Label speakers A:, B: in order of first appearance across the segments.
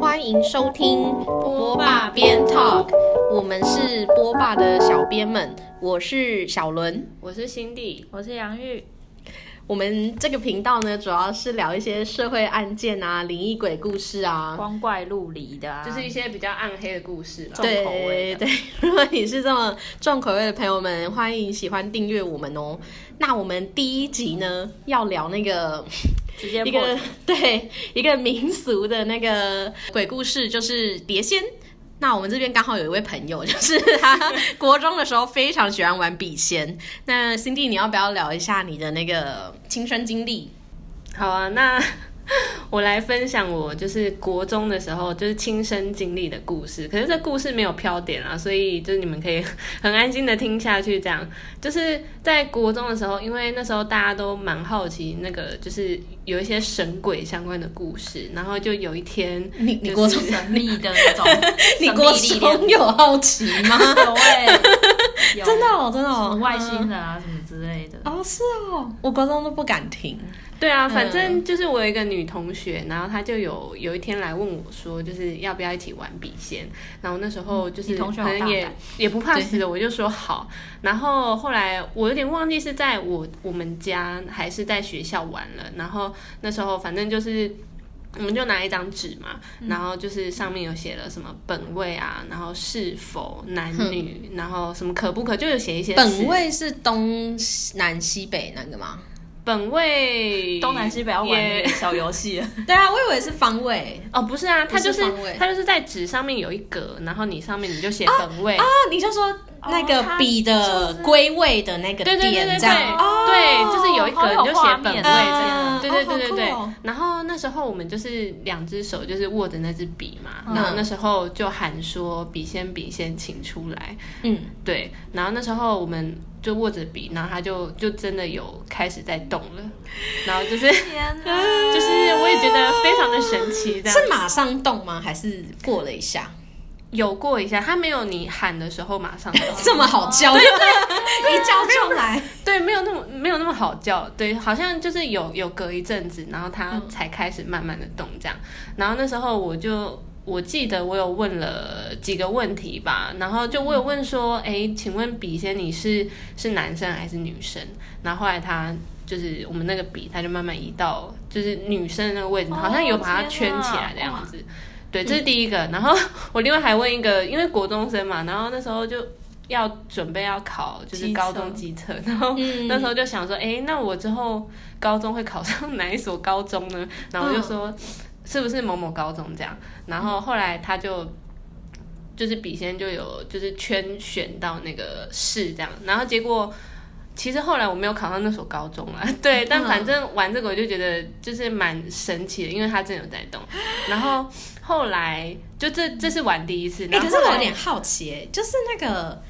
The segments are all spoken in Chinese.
A: 欢迎收听波霸边 Talk，我们是波霸的小编们，我是小伦。
B: 我是辛迪，我是杨玉。
A: 我们这个频道呢，主要是聊一些社会案件啊、灵异鬼故事啊，
B: 光怪陆离的、啊，
C: 就是一些比较暗黑的故事啦。
B: 重口味
A: 对 对，如果你是这么重口味的朋友们，欢迎喜欢订阅我们哦。那我们第一集呢，要聊那个
B: 直接
A: 一
B: 破
A: 个 对一个民俗的那个鬼故事，就是碟仙。那我们这边刚好有一位朋友， 就是他国中的时候非常喜欢玩笔仙。那 Cindy，你要不要聊一下你的那个亲身经历？
C: 好啊，那 我来分享我就是国中的时候就是亲身经历的故事。可是这故事没有飘点啊，所以就是你们可以很安心的听下去。这样就是在国中的时候，因为那时候大家都蛮好奇那个就是有一些神鬼相关的故事，然后就有一天
A: 你你
C: 就是
A: 国中
B: 神秘的那种神秘
A: 你国
B: 力量，
A: 中有好奇 吗？
B: 有哎、有
A: 真的哦，真的
B: 什么
A: 哦，
B: 外星人啊，什么之类的。
A: 哦，是哦，我高中都不敢听。
C: 对
B: 嗯
C: 啊，反正就是我有一个女同学，然后她就有有一天来问我说，就是要不要一起玩笔仙。然后那时候就是
B: 你同学
C: 可
B: 好
C: 能
B: 大
C: 也
B: 胆
C: 也不怕死的，我就说好。然后后来我有点忘记是在我我们家还是在学校玩了。然后那时候反正就是。我们就拿一张纸嘛，
B: 嗯
C: 然后就是上面有写了什么本位啊，然后是否男女，
B: 嗯
C: 然后什么可不可，就有写一些词
A: 本位是东南西北那个吗？
C: 本位
B: 东南西北要玩
C: 也
B: 那个小游戏，
A: 对啊，我以为是方位
C: 哦，不是啊，它就是
A: 方位
C: 它就是在纸上面有一格，然后你上面你就写本位，
A: 啊，你就说那个
B: 它
A: 笔的
B: 就是
A: 归位的那个
C: 对对对对
A: 点这
C: 对
A: 样。哦，
C: 对，就是有一
B: 好
C: 格
B: 有
C: 你就写本位这
B: 画面
C: 样，
B: 啊
C: 对对
A: 哦好
C: 对对
A: 酷
C: 对
A: 哦。
C: 然后那时候我们就是两只手就是握着那支笔嘛，
B: 嗯
C: 然后那时候就喊说笔仙笔仙请出来，
A: 嗯，
C: 对，然后那时候我们就握着笔，然后它就就真的有开始在动了，然后就是。
B: 天哪！
C: 就是我也觉得非常的神奇，这样
A: 是马上动吗？还是过了一下？
C: 有过一下，它没有你喊的时候马上动，
A: 这么好教，一教中来。
C: 对，没有那么没有那么好叫，对，好像就是有有隔一阵子，然后它才开始慢慢的动这样。然后那时候我就我记得我有问了几个问题吧，然后就我有问说，哎，请问笔仙你是是男生还是女生？然后后来他就是我们那个笔，他就慢慢移到就是女生的那个位置，
B: 哦
C: 好像有把它圈
B: 天啊
C: 起来的样子。对，这是第一个。然后 我另外还问一个，因为国中生嘛，然后那时候就要准备要考就是
B: 机测
C: 高中机测，然后
A: 嗯
C: 那时候就想说，哎、那我之后高中会考上哪一所高中呢？然后我就说，是不是某某高中这样？然后后来他就。就是笔仙就有就是圈选到那个市这样，然后结果其实后来我没有考上那所高中啊，对，但反正玩这个我就觉得就是蛮神奇的，因为它真的有在动。 然后后来就这这是玩第一次，
A: 哎、
C: 然
A: 可
C: 后
A: 是
C: 后
A: 我
C: 来
A: 有点好奇、哎，就是那个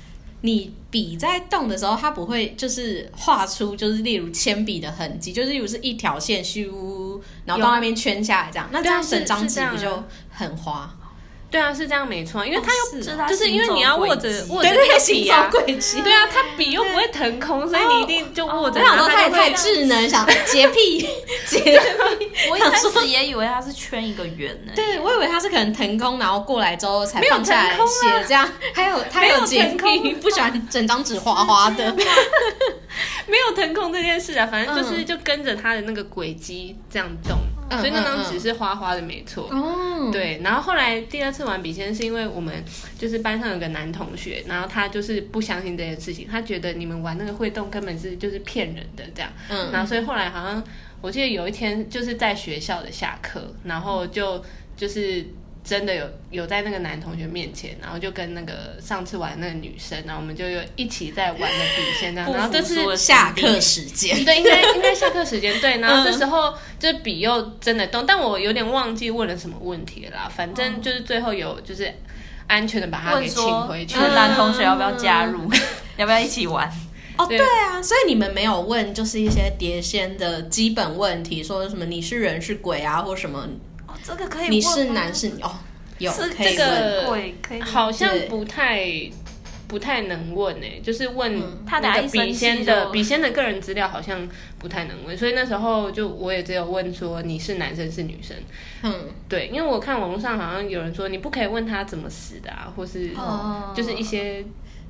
A: 你笔在动的时候，它不会就是画出就是例如铅笔的痕迹，就是例如是一条线虚无，然后到那边圈下来这样，那这样
C: 对啊是
A: 整张纸
C: 是这样啊
A: 不就很花？
C: 对啊是这样没错，因为它又、
A: 又
B: 是它
C: 就是因为你要握着
B: 行走
C: 握
B: 轨迹
C: 着
A: 对
C: 那
A: 对，
C: 个
A: 行
C: 笔
A: 走
C: 啊，
A: 轨迹。
C: 对啊，它笔又不会腾空，所以你一定就握
A: 我
C: 着。
A: 想
C: 然
A: 说
C: 后它
A: 太
C: 就会
A: 哦太智能，想洁癖洁。
B: 我一开始也以为它是圈一个圆呢、
A: 对，我以为他是可能腾空，然后过来之后才
C: 没有
A: 放下来
C: 腾空啊
A: 写这样。 还有他
C: 没有
A: 洁
C: 腾
A: 癖，
C: 空
A: 不喜欢整张纸花花的。
C: 没有腾空这件事啊，反正就是
A: 嗯
C: 就跟着它的那个轨迹这样动，
A: 嗯
C: 所以那张
A: 嗯
C: 纸
A: 嗯
C: 是花花的没错。
B: 嗯
A: 哦，
C: 对，然后后来第二次玩笔仙是因为我们就是班上有个男同学，然后他就是不相信这件事情，他觉得你们玩那个会动根本是就是骗人的这样，
A: 嗯
C: 然后所以后来好像我记得有一天就是在学校的下课，然后就就是。真的有有在那个男同学面前，然后就跟那个上次玩的那个女生，然后我们就有一起在玩的笔仙这样，
B: 不服
C: 然后这次
B: 输的
A: 下课时间。
C: 对，应该应该下课时间对，然
A: 嗯
C: 后这时候就是笔又真的动，但我有点忘记问了什么问题了啦，反正就是最后有就是安全的把它给
B: 问
C: 请
B: 说
C: 回去。
A: 嗯
B: 男同学要不要加 入？要不要一起玩？
A: 哦，
C: 对
A: 对啊，所以你们没有问就是一些碟仙的基本问题，说什么你是人是鬼啊，或什么
B: 哦，这个可以问
A: 哦
B: 吗。
A: 你是男是女哦，有
B: 是
A: 可以
C: 这个
A: 问。
B: 鬼可以问
C: 好像
A: 对
C: 不太不太能问诶、就是问
B: 他
C: 那
B: 等下
C: 个笔
B: 一生气
C: 仙的
B: 就
C: 笔仙的个人资料好像不太能问，所以那时候就我也只有问说你是男生是女生，
A: 嗯，
C: 对，因为我看网络上好像有人说你不可以问他怎么死的啊，或是
B: 哦
C: 就是一些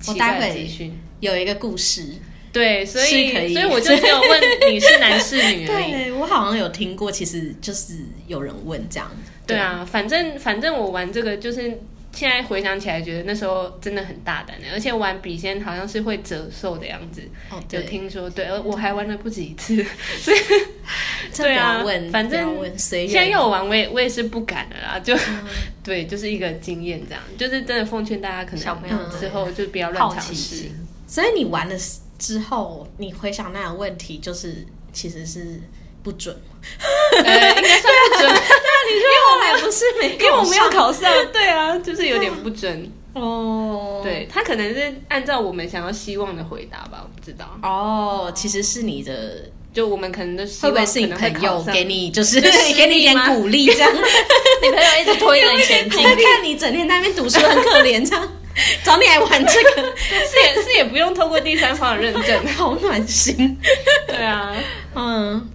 A: 我
C: 奇
A: 待
C: 怪
A: 会
C: 的资讯。
A: 有一个故事，
C: 对，所以
A: 是可以
C: 所以我就只有问你是男是女而已。
A: 对我好像有听过，其实就是有人问这样，
C: 对啊，反正反正我玩这个就是。现在回想起来，觉得那时候真的很大胆的，而且玩笔仙好像是会折寿的样子，
A: 哦，
C: 有
A: 对，
C: 听说对，而呃我还玩了不止一次。
A: 这不
C: 对
A: 要
C: 啊
A: 问，
C: 反正
A: 不要问随
C: 现在
A: 缘。嗯
C: 要我玩，我也我也是不敢了啦，就、 对，就是一个经验这样，就是真的奉劝大家，可
B: 小朋友
A: 对
C: 能之后就不要乱
B: 好
C: 尝
B: 奇
C: 试。
B: 心，
A: 所以你玩了之后，你回想那个问题，就是其实是不准，
C: 呃，应该算不 准，
A: 因为我们也不是没，因
C: 因为我没有考上。对啊，就是有点不准。
A: 哦，
C: 对他可能是按照我们想要希望的回答吧，我不知道。
A: 哦，其实是你的，
C: 就我们可能都希
A: 会
C: 望
A: 不会是你
C: 可能会
A: 朋
C: 考
A: 友
C: 上
A: 给？你就是
C: 失礼
A: 给你一点
C: 吗
A: 鼓励这样？
B: 你朋友一直推 着你前进，
A: 看你整天在那边读书很可怜这样，找你来玩这个，
C: 是也是也不用透过第三方的认 证。
A: 好暖心。
C: 对啊，
A: 嗯，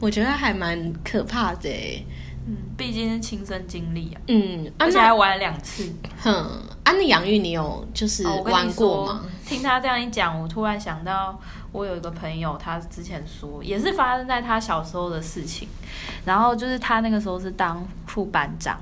A: 我觉得还蛮可怕的欸。
B: 嗯毕竟是亲身经历啊，
A: 嗯，啊
B: 而且还
A: 那
B: 玩了两次。
A: 哼，啊那养育你有就是
B: 哦我跟
A: 玩
B: 你
A: 过
B: 说
A: 吗？，
B: 听他这样一讲，我突然想到，我有一个朋友，他之前说也是发生在他小时候的事情。然后就是他那个时候是当副班长，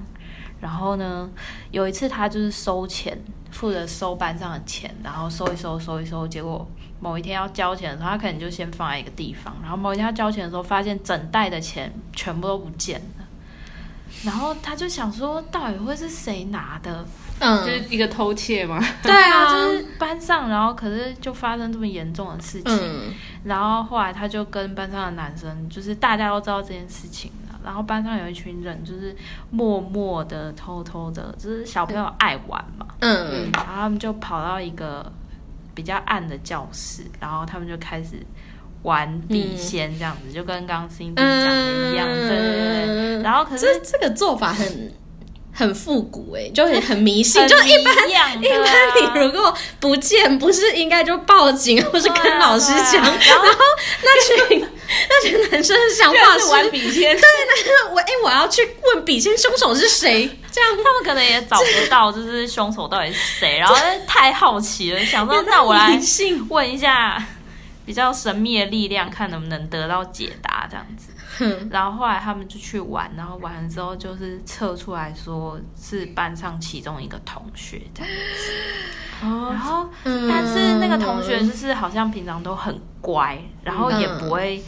B: 然后呢，有一次他就是收钱，负责收班上的钱，然后收一收，收一收，结果某一天要交钱的时候，他可能就先放在一个地方，然后某一天要交钱的时候，发现整袋的钱全部都不见了。然后他就想说，到底会是谁拿的？
A: 嗯，
C: 就是一个偷窃嘛。
A: 对啊，
B: 就是班上，然后可是就发生这么严重的事情，
A: 嗯，
B: 然后后来他就跟班上的男生，就是大家都知道这件事情了，然后班上有一群人就是默默的、偷偷的，就是小朋友爱玩嘛，
A: 嗯
B: 然后他们就跑到一个比较暗的教室，然后他们就开始玩笔仙这样子，就跟刚刚 Cindy 嗯讲的一样，对对对对，然后可是
A: 嗯这这个做法很很复古哎、就很很迷信，
B: 很
A: 就一般。
B: 一样的
A: 一
B: 啊
A: 般你如果不见，不是应该就报警，或是
B: 对啊
A: 跟老师
B: 对
A: 讲？
B: 啊
A: 然后那群 那群男生的
B: 啊
A: 想
C: 居然
A: 法
C: 是
A: 是，
C: 玩笔仙，
A: 那我哎、我要去问笔仙凶手是谁？
B: 这样他们可能也找不到，就是凶手到底是谁，然后太好奇了，想说那我来
A: 迷信，
B: 问一下比较神秘的力量，看能不能得到解答这样子。
A: 哼
B: 然后后来他们就去玩，然后玩了之后就是测出来说是班上其中一个同学这样，然后
A: 嗯
B: 但是那个同学就是好像平常都很乖，然后
A: 嗯
B: 也不会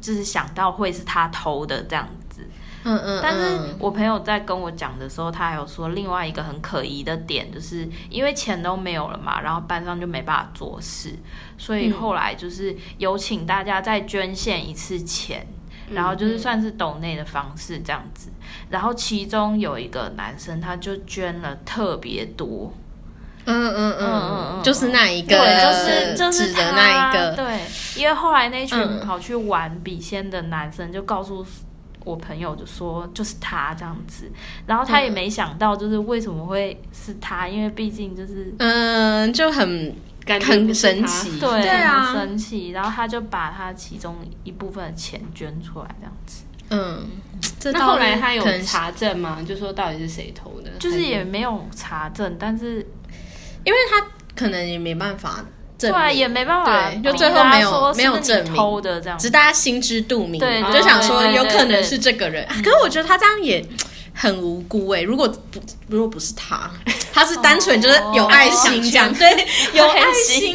B: 就是想到会是他偷的这样子。
A: 嗯嗯，
B: 但是
A: 嗯
B: 我朋友在跟我讲的时候，他还有说另外一个很可疑的点，就是因为钱都没有了嘛，然后班上就没办法做事，所
A: 嗯
B: 以后来就是有请大家再捐献一次钱。
A: 嗯
B: 然后就是算是抖内的方式这样子，然后其中有一个男生他就捐了特别多，
A: 嗯嗯嗯
B: 嗯
A: 嗯，
B: 嗯
A: 就是那一个，
B: 对，就是就是
A: 指的
B: 他
A: 那一个，
B: 对，因为后来那
A: 嗯
B: 群跑去玩笔仙的男生就告诉我朋友，就说就是他这样子，然后他也没想到就是为什么会是他，因为毕竟就是。
A: 嗯，就很
C: 感觉
A: 很
C: 不是
A: 神
C: 他
A: 奇，
B: 对，
A: 啊
B: 很，生气，然后他就把他其中一部分的钱捐出来，这样子，
A: 嗯，这
C: 那
A: 倒
C: 后来他有
A: 可能是
C: 查证吗？就说到底是谁投的？
B: 就是
C: 还
B: 也没有查证，但是
A: 因为他可能也没办法
B: 对
A: 证
B: 啊，
A: 明，
B: 也没办法
A: 对
B: 明
A: 就
B: 白说
A: 最
B: 是不
A: 后
B: 是你偷的这
A: 没有没有证明
B: 样子，
A: 只是大家心知肚明，
B: 对
A: 就想说
B: 对对
A: 有可能
B: 对
A: 是这个人。可是我觉得他这样也很无辜哎、如果不如果不是他，他是单纯就是有爱心这样，对，有爱心，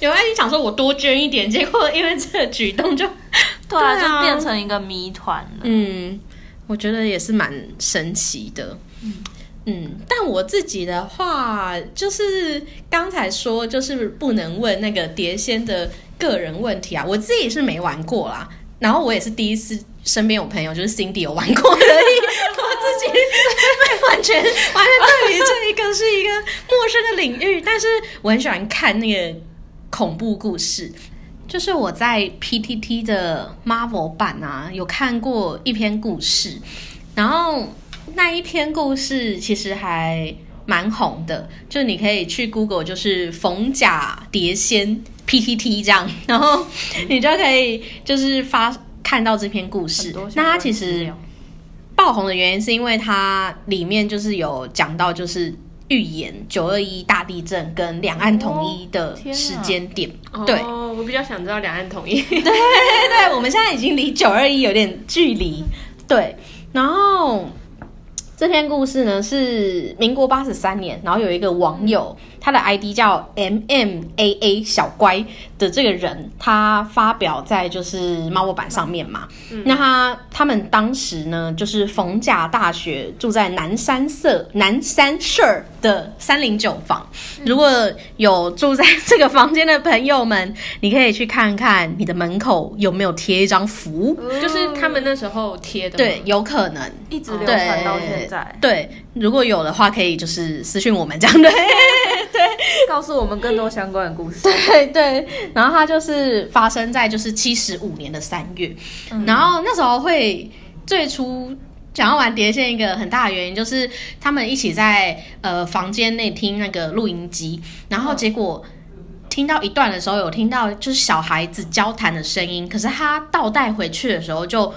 A: 有爱心想说我多捐一点，结果因为这个举动就
B: 对啊，
A: 对啊
B: 就变成一个谜团了。
A: 嗯，我觉得也是蛮神奇的。嗯，但我自己的话，就是刚才说，就是不能问那个碟仙的个人问题啊，我自己是没玩过啦。然后我也是第一次，身边有朋友就是 Cindy 有玩过而已，我自己完全完全对于这一个是一个陌生的领域，但是我很喜欢看那个恐怖故事。就是我在 PTT 的 Marvel 版啊，有看过一篇故事，然后那一篇故事其实还蛮红的，就你可以去 Google 就是逢甲碟仙 PTT 这样，然后你就可以就是发看到这篇故事
B: 很多。
A: 那
B: 相
A: 它
B: 关
A: 其
B: 资
A: 实
B: 料
A: 爆红的原因是因为它里面就是有讲到就是预言九二一大地震跟两岸统一的
B: 天啊
A: 时间点。对
C: 哦，我比较想知道两岸统一。
A: 对，我们现在已经离九二一有点距离。对，然后这篇故事呢是民国八十三年，然后有一个网友，他的 ID 叫 M M A A 小乖的这个人，他发表在就是猫窝版上面嘛。那他他们当时呢，就是逢甲大学住在南山社南山社的三零九房。
B: 嗯
A: 如果有住在这个房间的朋友们，你可以去看看你的门口有没有贴一张符。
C: 就是他们那时候贴的，
A: 对，，有可能。
B: 一直流传到现
A: 对
B: 在，
A: 对，如果有的话，可以就是私讯我们这样 对。
B: 告诉我们更多相关的故事。
A: 对对，然后它就是发生在就是七十五年的三月，
C: 嗯
A: 然后那时候会最初。想要玩碟仙一个很大的原因就是他们一起在呃房间内听那个录音机，然
C: 嗯
A: 后结果听到一段的时候有听到就是小孩子交谈的声音，可是他倒带回去的时候就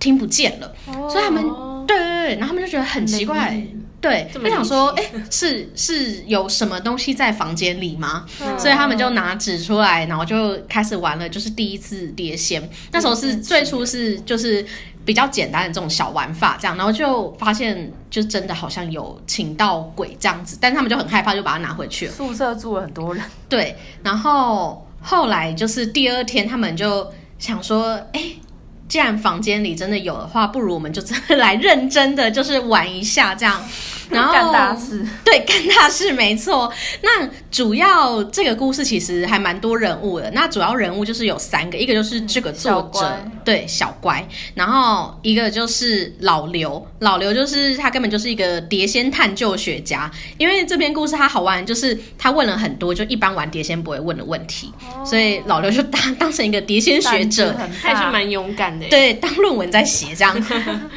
A: 听不见了，
C: 哦
A: 所以他们对对对，然后他们就觉得很奇怪，对，
C: 这么
A: 就想
C: 离
A: 说哎、是是有什么东西在房间里吗？
C: 嗯
A: 所以他们就拿纸出来，然后就开始玩了，就是第一次碟仙。那时候
B: 嗯
A: 是最初是就是比较简单的这种小玩法，这样，然后就发现就真的好像有请到鬼这样子，但他们就很害怕，就把它拿回去了。
B: 宿舍住了很多人，
A: 对，然后后来就是第二天，他们就想说，哎、既然房间里真的有的话，不如我们就真的来认真的就是玩一下这样， 然后
B: 干大事。
A: 对，干大事没错。那主要这个故事其实还蛮多人物的。那主要人物就是有三个，一个就是这个作
B: 小
A: 者，
B: 乖
A: 对小乖，然后一个就是老刘，老刘就是他根本就是一个碟仙探究学家。因为这篇故事它好玩，就是他问了很多就一般玩碟仙不会问的问题，
B: 哦
A: 所以老刘就当当成一个碟仙学者，
B: 胆子
C: 他也
B: 很
C: 是
B: 大，
C: 蛮勇敢的。，
A: 对，当论文在写这样。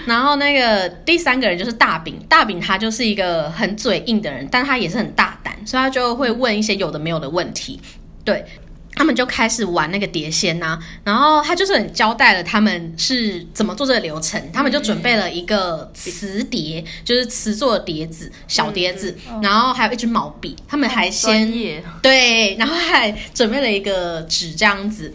A: 然后那个第三个人就是大饼，大饼他就是一个很嘴硬的人，但他也是很大胆，所以他就会问一些有的没有的问题。对。他们就开始玩那个碟仙呐、然后他就是很交代了他们是怎么做这个流程，他们就准备了一个磁碟，就是磁做的碟子、小碟子，然后还有一支毛笔，他们还先
B: 专业
A: 对，然后还准备了一个纸这样子，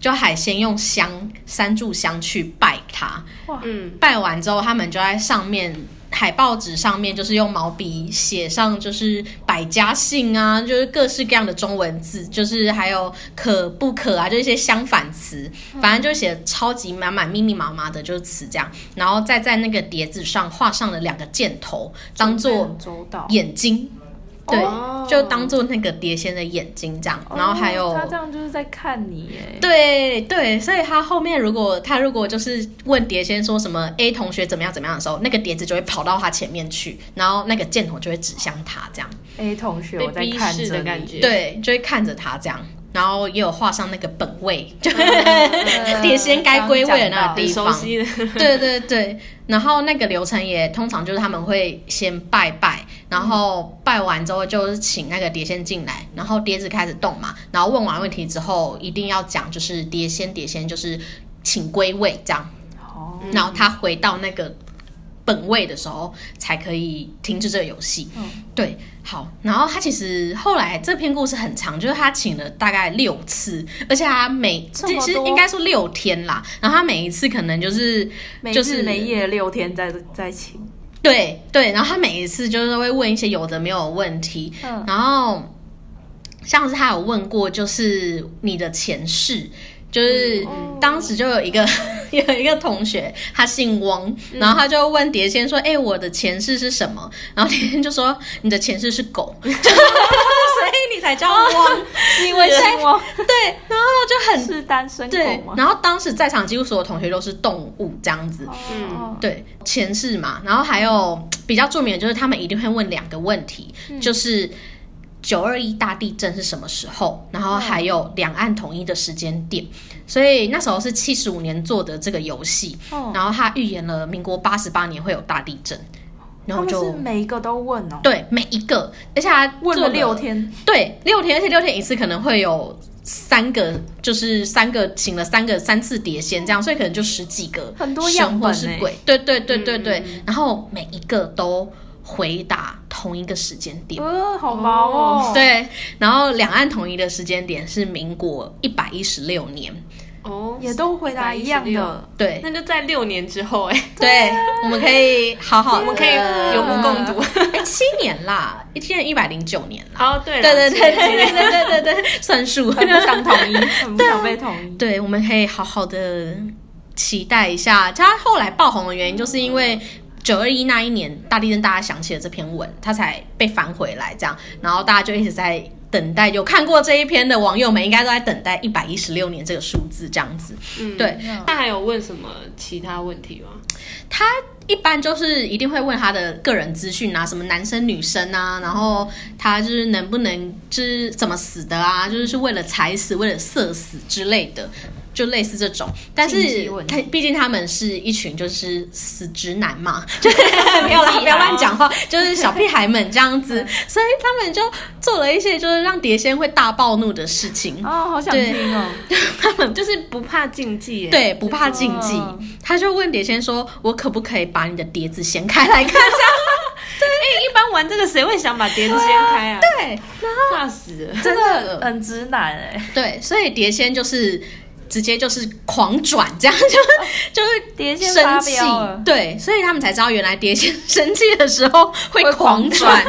A: 就还先用香三炷香去拜它，
C: 嗯，
A: 拜完之后，他们就在上面海报纸上面，就是用毛笔写上就是百家姓啊，就是各式各样的中文字，就是还有可不可啊，就是一些相反词，
B: 嗯
A: 反正就写超级满满密密麻麻的就是词这样，然后再在那个碟子上画上了两个箭头，当做
B: 很周到。
A: 眼睛。对，
C: 哦
A: 就当做那个碟仙的眼睛这样，然后还有、
B: 哦他这样就是在看你耶，
A: 对对，所以他后面如果他如果就是问碟仙说什么 A 同学怎么样怎么样的时候，那个碟子就会跑到他前面去，然后那个箭头就会指向他这样，
B: A 同学
C: 被
B: 我在
C: 逼
B: 看
C: 视
B: 着
C: 的
B: 你
C: 感，觉。，
A: 对，就会看着他这样，然后也有画上那个本位，就
B: 呃
A: 碟仙该归位的那个
C: 很
A: 地
C: 熟
A: 方。
C: 悉的。
A: 对对对，然后那个流程也通常就是他们会先拜拜，然后拜完之后就是请那个碟仙进来，然后碟子开始动嘛，然后问完问题之后一定要讲就是碟仙碟仙就是请归位这样，
B: 哦，
A: 然后他回到那个本位的时候才可以停止这个游戏。
B: 嗯
A: 对，好，然后他其实后来这篇故事很长，就是他请了大概六次，而且他每
B: 这么
A: 其实
B: 多
A: 应该说六天啦，然后他每一次可能就是。
B: 没
A: 就是
B: 日没夜六天在在请，
A: 对对，然后他每一次就是会问一些有的没有的问题，
B: 嗯
A: 然后像是他有问过，就是你的前世，就是当时就有一个、 有一个同学，他姓翁，
B: 嗯
A: 然后他就问碟仙说：“哎、我的前世是什么？”然后碟仙就说：“你的前世是狗。”所以你才叫翁，
B: 是因为姓汪
A: 对，然后就很
B: 是单身
A: 对
B: 狗，吗？
A: 然后当时在场几乎所有同学都是动物这样子，
B: 哦，
A: 对前世嘛，然后还有比较著名的就是他们一定会问两个问题，
B: 嗯
A: 就是九二一大地震是什么时候，
B: 嗯
A: 然后还有两岸统一的时间点。所以那时候是七十五年做的这个游戏，
B: 哦
A: 然后他预言了民国八十八年会有大地震。然后
B: 他们
A: 就
B: 是每一个都问哦，
A: 对每一个，而且他
B: 问
A: 做
B: 了六天，
A: 对，六天，而且六天一次可能会有三个，就是三个请了三个三次碟仙这样，所以可能就十几个
B: 很多样
A: 神或
B: 本
A: 是
B: 欸
A: 鬼，对对对对对，
C: 嗯
A: 然后每一个都回答同一个时间点。
B: 呃，好毛哦，，
A: 对，然后两岸统一的时间点是民国一百一十六年，
C: 哦，
B: 也都回答一样的，
A: 对
C: 那就在六年之后哎、
A: 对，我们可以好好，
C: 我们可以有目共睹。
A: 哎，七年啦，一天一百零九年啦，
C: 哦，对
A: 对
C: 了
A: 对对对对对对对，算数，
B: 很不想统一， 很不想被统一，
A: 对，我们可以好好的期待一下。他后来爆红的原因，就是因为九二一那一年大地震，大家想起了这篇文，他才被翻回来，这样，然后大家就一直在等待。有看过这一篇的网友们，应该都在等待一百一十六年这个数字，这样子。
C: 嗯
A: 对。
C: 那还有问什么其他问题 吗？
A: 他一般就是一定会问他的个人资讯啊，什么男生女生啊，然后他就是能不能就是怎么死的啊，就是是为了踩死、为了射死之类的，就类似这种。但
B: 禁忌
A: 是
B: 问
A: 他毕竟他们是一群就是死直男 嘛，就是没有啦，不要乱讲话，就是小屁孩们这样
B: 嗯
A: 子，所以他们就做了一些就是让碟仙会大暴怒的事情。
B: 哦，好想
A: 对
B: 听哦，
C: 就是不怕禁忌耶、
A: 对，不怕禁忌
B: 哦。
A: 他就问碟仙说：“我可不可以把你的碟子掀开来看？”
C: 一般玩这个谁会想把碟子掀开啊？
A: 对，
C: 怕死了。
B: 真的
A: 的
B: 很直男哎，
A: 对，所以碟仙就是直接就是狂转，这样就就是
B: 碟仙发
A: 生气
B: 飙了。，
A: 对，所以他们才知道原来碟仙生气的时候会
B: 会狂
A: 狂 转，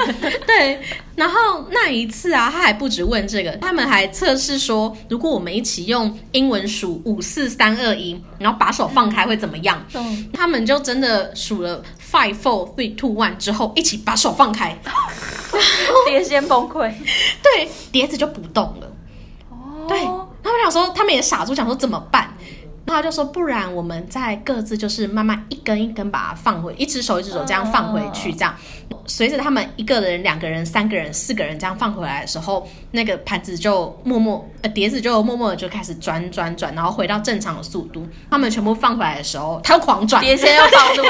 A: 对。然后那一次啊，他还不止问这个，他们还测试说，如果我们一起用英文数五四三二一，然后把手放开会怎么样？
B: 嗯，
A: 他们就真的数了 five four three two one 之后，一起把手放开，
B: 碟仙崩 溃。
A: 对，碟子就不动了。对，他们想说，他们也傻住，想说怎么办？然后他就说，不然我们再各自就是慢慢一根一根把它放回，一只手一只手这样放回去，这样。随着他们一个人、两个人、三个人、四个人这样放回来的时候，那个盘子就默默呃碟子就默默的就开始转转转，然后回到正常的速度。他们全部放回来的时候，它又狂转，
B: 碟仙要暴怒，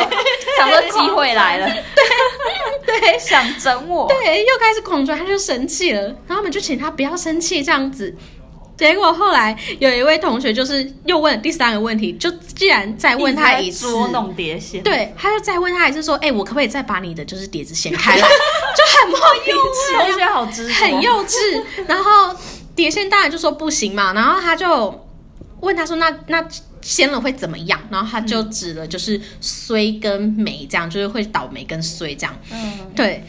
B: 想说机会来了，对 对，想整我，
A: 对，又开始狂转，他就生气了，然后我们就请他不要生气这样子。结果后来有一位同学就是又问了第三个问题，就既然再问他一
B: 直
A: 次
B: 在，捉弄碟仙，，
A: 对，他就再问他一次说，哎、我可不可以再把你的就是碟子掀开来？就很莫
B: 同
A: 名其
B: 学
A: 妙，
B: 好执着，
A: 很幼稚。然后碟仙当然就说不行嘛，然后他就问他说，那那掀了会怎么样？然后他就指了就是衰跟霉这样，就是会倒霉跟衰这样。
B: 嗯。
A: 对，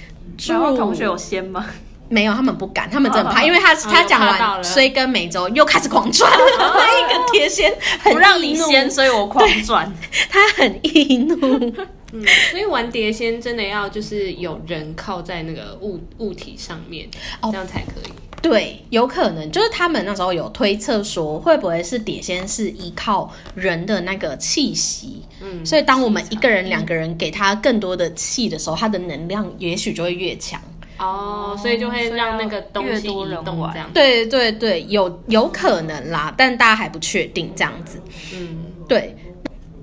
B: 然后
A: 诸如
B: 同学有仙吗？
A: 没有，他们不敢，他们真的
B: 哦
A: 怕，因为他
C: 哦
A: 他讲
C: 又怕到
A: 完
C: 了
A: 衰跟美洲又开始狂转， 那一个铁仙很
B: 不让你
A: 易怒
B: 仙，，所以我狂转。
A: 他很易怒，
C: 嗯，所以玩碟仙真的要就是有人靠在那个物物体上面，
A: 哦
C: 这样才可以。
A: 对，有可能就是他们那时候有推测说，会不会是碟仙是依靠人的那个气息，
C: 嗯，
A: 所以当我们一个人、两个人给他更多的气的时候，他的能量也许就会越强。
C: 哦，所以就会让那个东西移
B: 所以要越多人
C: 动
B: 玩
C: 这样。
A: 对对对，有有可能啦，但大家还不确定这样子。
C: 嗯，
A: 对，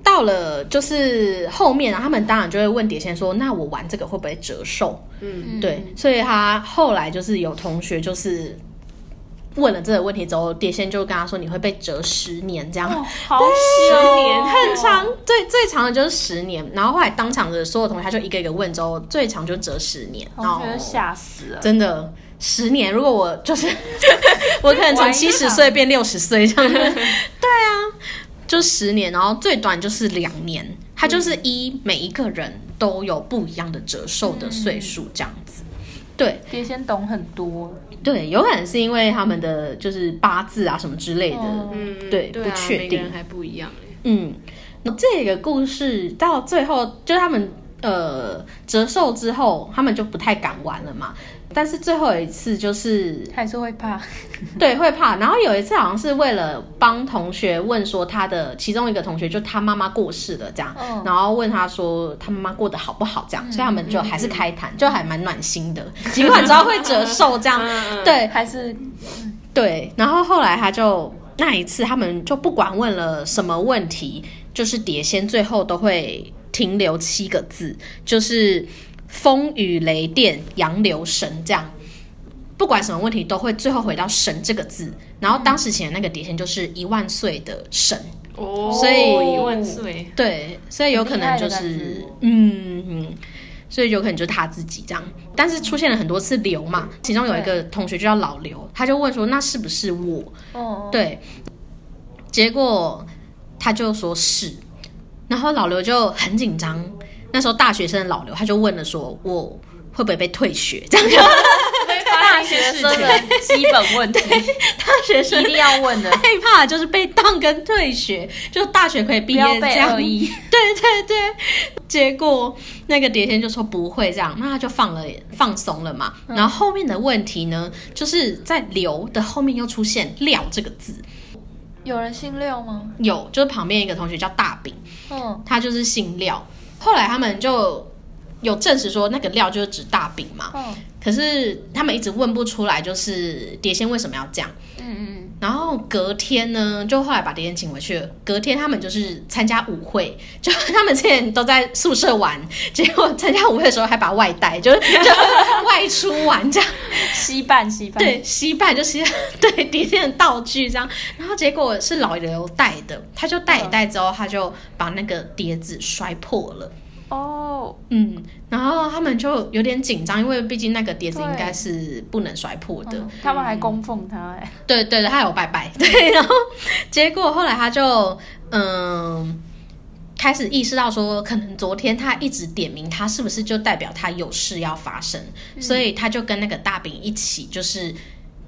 A: 到了就是后面啊，他们当然就会问碟仙说：“那我玩这个会不会折寿？”
C: 嗯
A: 对，所以他后来就是有同学就是问了这个问题之后，碟仙就跟他说：“你会被折十年这样。
B: 哦，好哦十
C: 年
A: 很长，最最长的就是十年，然后后来当场的所有同学他就一个一个问之后，最长就折十年，然后
B: 同学吓死了。
A: 真的十年，如果我就是 我可能从
B: 玩一
A: 七十
B: 场
A: 岁变六十岁 这样，对啊，就十年，然后最短就是两年，它就是
B: 嗯
A: 一每一个人都有不一样的折寿的岁数这样子。
B: 嗯
A: 对
B: 碟仙懂很多，
A: 对，有可能是因为他们的就是八字啊什么之类的，
B: 哦
C: 嗯，
A: 对
C: 对
A: 不
C: 啊，
A: 确
C: 每个人
A: 定
C: 还不一样哎。
A: 嗯，那这个故事到最后，就是他们呃折寿之后，他们就不太敢玩了嘛。但是最后一次就是
B: 还是会怕。
A: 对，会怕。然后有一次好像是为了帮同学问说他的其中一个同学就他妈妈过世了这样，
B: 嗯
A: 然后问他说他妈妈过得好不好这样，所以他们
C: 嗯
A: 就还是开坛，就还蛮暖心的，尽管知道会折寿这样。
C: 嗯，嗯
A: 对
B: 还是
A: 对，然后后来他就那一次他们就不管问了什么问题，就是碟仙最后都会停留七个字，就是风雨雷电、洋流神这样，不管什么问题都会最后回到神这个字。然后当时写的那个碟仙就是一万岁的神，
C: 哦
A: 所以
C: 一万岁，
A: 对，所以有可能就
B: 很厉害的感
A: 是
B: 觉
A: 嗯嗯，所以有可能就是他自己这样。但是出现了很多次刘嘛，其中有一个同学就叫老刘，他就问说那是不是我？
B: 哦，
A: 对，结果他就说是，然后老刘就很紧张。那时候大学生的老刘，他就问了说：“我会不会被退学？” 这样就
B: 大学生的基本问题
A: 大学生
B: 一定要问的，
A: 害怕就是被当跟退学，就大学可以
B: 不
A: 毕业
B: 要
A: 这
B: 被
A: 样
B: 恶。意。
A: 对对对，结果那个碟仙就说不会这样，那他就放了放松了嘛。
B: 嗯
A: 然后后面的问题呢，就是在“刘”的后面又出现“廖”这个字，
B: 有人姓廖吗？
A: 有就是旁边一个同学叫大饼。
B: 嗯，
A: 他就是姓廖。后来他们就有证实说，那个廖就是指大饼嘛。
B: 嗯
A: 可是他们一直问不出来，就是碟仙为什么要这样。
C: 嗯
A: 然后隔天呢，就后来把碟仙请回去了。隔天他们就是参加舞会，就他们之前都在宿舍玩，结果参加舞会的时候还把外带，就是就是外出玩这样。
B: 稀办稀办。，
A: 对，稀办就是 对碟仙的道具这样。然后结果是老刘带的，他就带一带之后，他就把那个碟子摔破了。
B: 哦，
A: 嗯，然后他们就有点紧张，因为毕竟那个碟子
B: 对
A: 应该是不能摔破的。
B: 嗯他们还供奉他哎。
A: 对对对，他有拜拜。 对，然后结果后来他就嗯。开始意识到说，可能昨天他一直点名他，是不是就代表他有事要发生？所以他就跟那个大饼一起，就是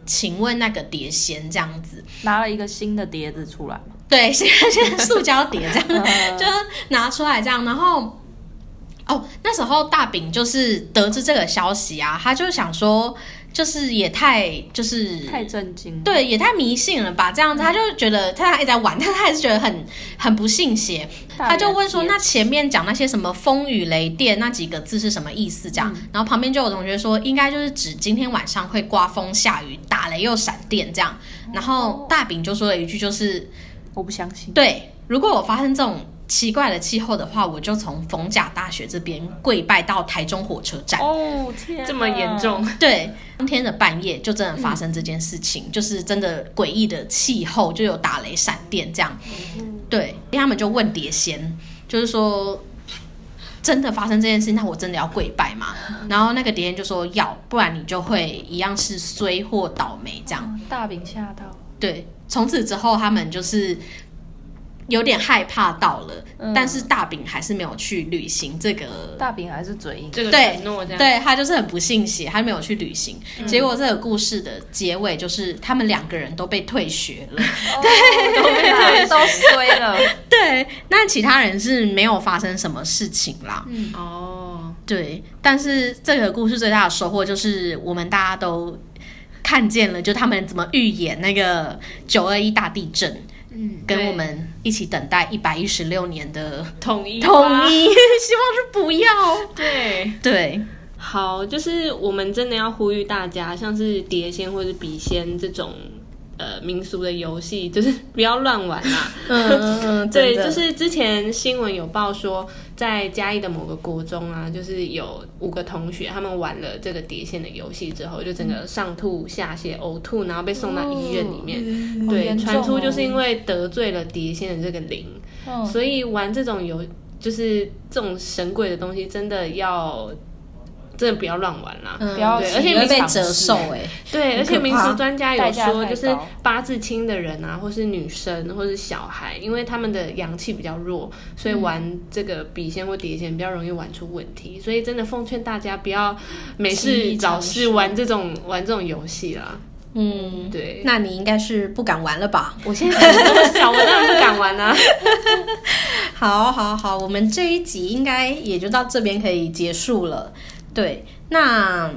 A: 请问那个碟仙这样子，
B: 拿了一个新的碟子出来嘛。
A: 对，现在现在塑胶碟这样，
B: 嗯
A: 就拿出来这样，然后哦，那时候大饼就是得知这个消息啊，他就想说，就是也太就是
B: 太震惊了。
A: 对，也太迷信了吧，这样子他就觉得他还在玩，但他还是觉得很很不信邪，
B: 大
A: 他就
B: 碟
A: 问说：“
B: 子
A: 那前面讲那些什么风雨雷电那几个字是什么意思？”这样，然后旁边就有同学说：“应该就是指今天晚上会刮风下雨、打雷又闪电这样。”然后大饼就说了一句：“就是
B: 我不相信。
A: 对，如果我发生这种奇怪的气候的话，我就从逢甲大学这边跪拜到台中火车站。”
B: 哦天，
C: 这么严。重，
A: 对，当天的半夜就真的发生这件事情，就是真的诡异的气候，就有打雷、闪电这样。对，他们就问碟仙，就是说真的发生这件事情，那我真的要跪拜吗？然后那个碟仙就说要，不然你就会一样是衰或倒霉这样。
B: 大饼吓到，
A: 对，从此之后他们就是有点害怕到了，
B: 嗯
A: 但是大饼还是没有去履行这个
B: 大饼还是嘴硬。
C: 这个
A: 对
C: 承诺这样，嗯
A: 对他就是很不信邪，他没有去旅行。结果这个故事的结尾就是他们两个人都被退学 了。
B: 对，哦都 被都衰了。
A: 对，那其他人是没有发生什么事情啦。
B: 嗯，
C: 哦，
A: 对，但是这个故事最大的收获就是我们大家都看见了，就他们怎么预演那个九二一大地震，
C: 嗯
A: 跟我们一起等待一百一十六年的
C: 统 一
A: 统
C: 吧，
A: 一， 希望是不要。
C: 对。
A: 对，
C: 好，就是我们真的要呼吁大家，像是碟仙或是笔仙这种呃民俗的游戏，就是 不要乱玩 啦。
A: 嗯嗯嗯，
C: 对，
A: 真的
C: 就是之前新闻有报说，在嘉义的某个国中啊，就是有五个同学他们玩了这个碟仙的游戏之后，就整个上吐下泻、呕吐，然后被送到医院里
A: 哦
C: 面。
B: 好
C: 对，
B: 严重
C: 传出
B: 哦
C: 就是因为得罪了碟仙的这个灵，
B: 嗯，
C: 所以玩这种游，就是这种神鬼的东西，真的要真的不要乱玩啦。
A: 嗯
B: 不要
A: 对
B: 轻
A: 而且
B: 易
A: 你被
B: 尝
A: 折
B: 试
A: 寿哎、
C: 对，而且
A: 可
C: 民
A: 怕
C: 俗专家
B: 代
C: 有
B: 价
C: 说，
B: 太
C: 就是
B: 高
C: 八字轻的人啊，或是女生，或是小孩，因为他们的阳气比较弱，所以
B: 嗯
C: 玩这个笔仙或碟仙比较容易玩出问题。所以真的奉劝大家不要没
A: 轻
C: 事
A: 易
C: 找
A: 尝
C: 事玩这种玩这种游戏啦。
A: 嗯，
C: 对，
A: 那你应该是不敢玩了吧？
C: 我现在这么小，我当然不敢玩啦、啊
A: 好，好，好，我们这一集应该也就到这边可以结束了。对，那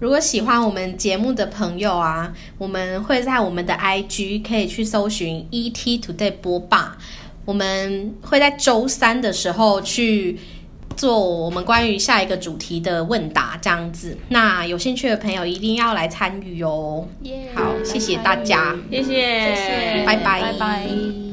A: 如果喜欢我们节目的朋友啊，我们会在我们的 IG 可以去搜寻 ET Today 播霸，我们会在周三的时候去。做我们关于下一个主题的问答，这样子，那有兴趣的朋友一定要来参与哦。
B: 耶
A: 好，谢谢大家。
C: 谢谢，
B: 谢谢
A: 拜拜
B: 拜拜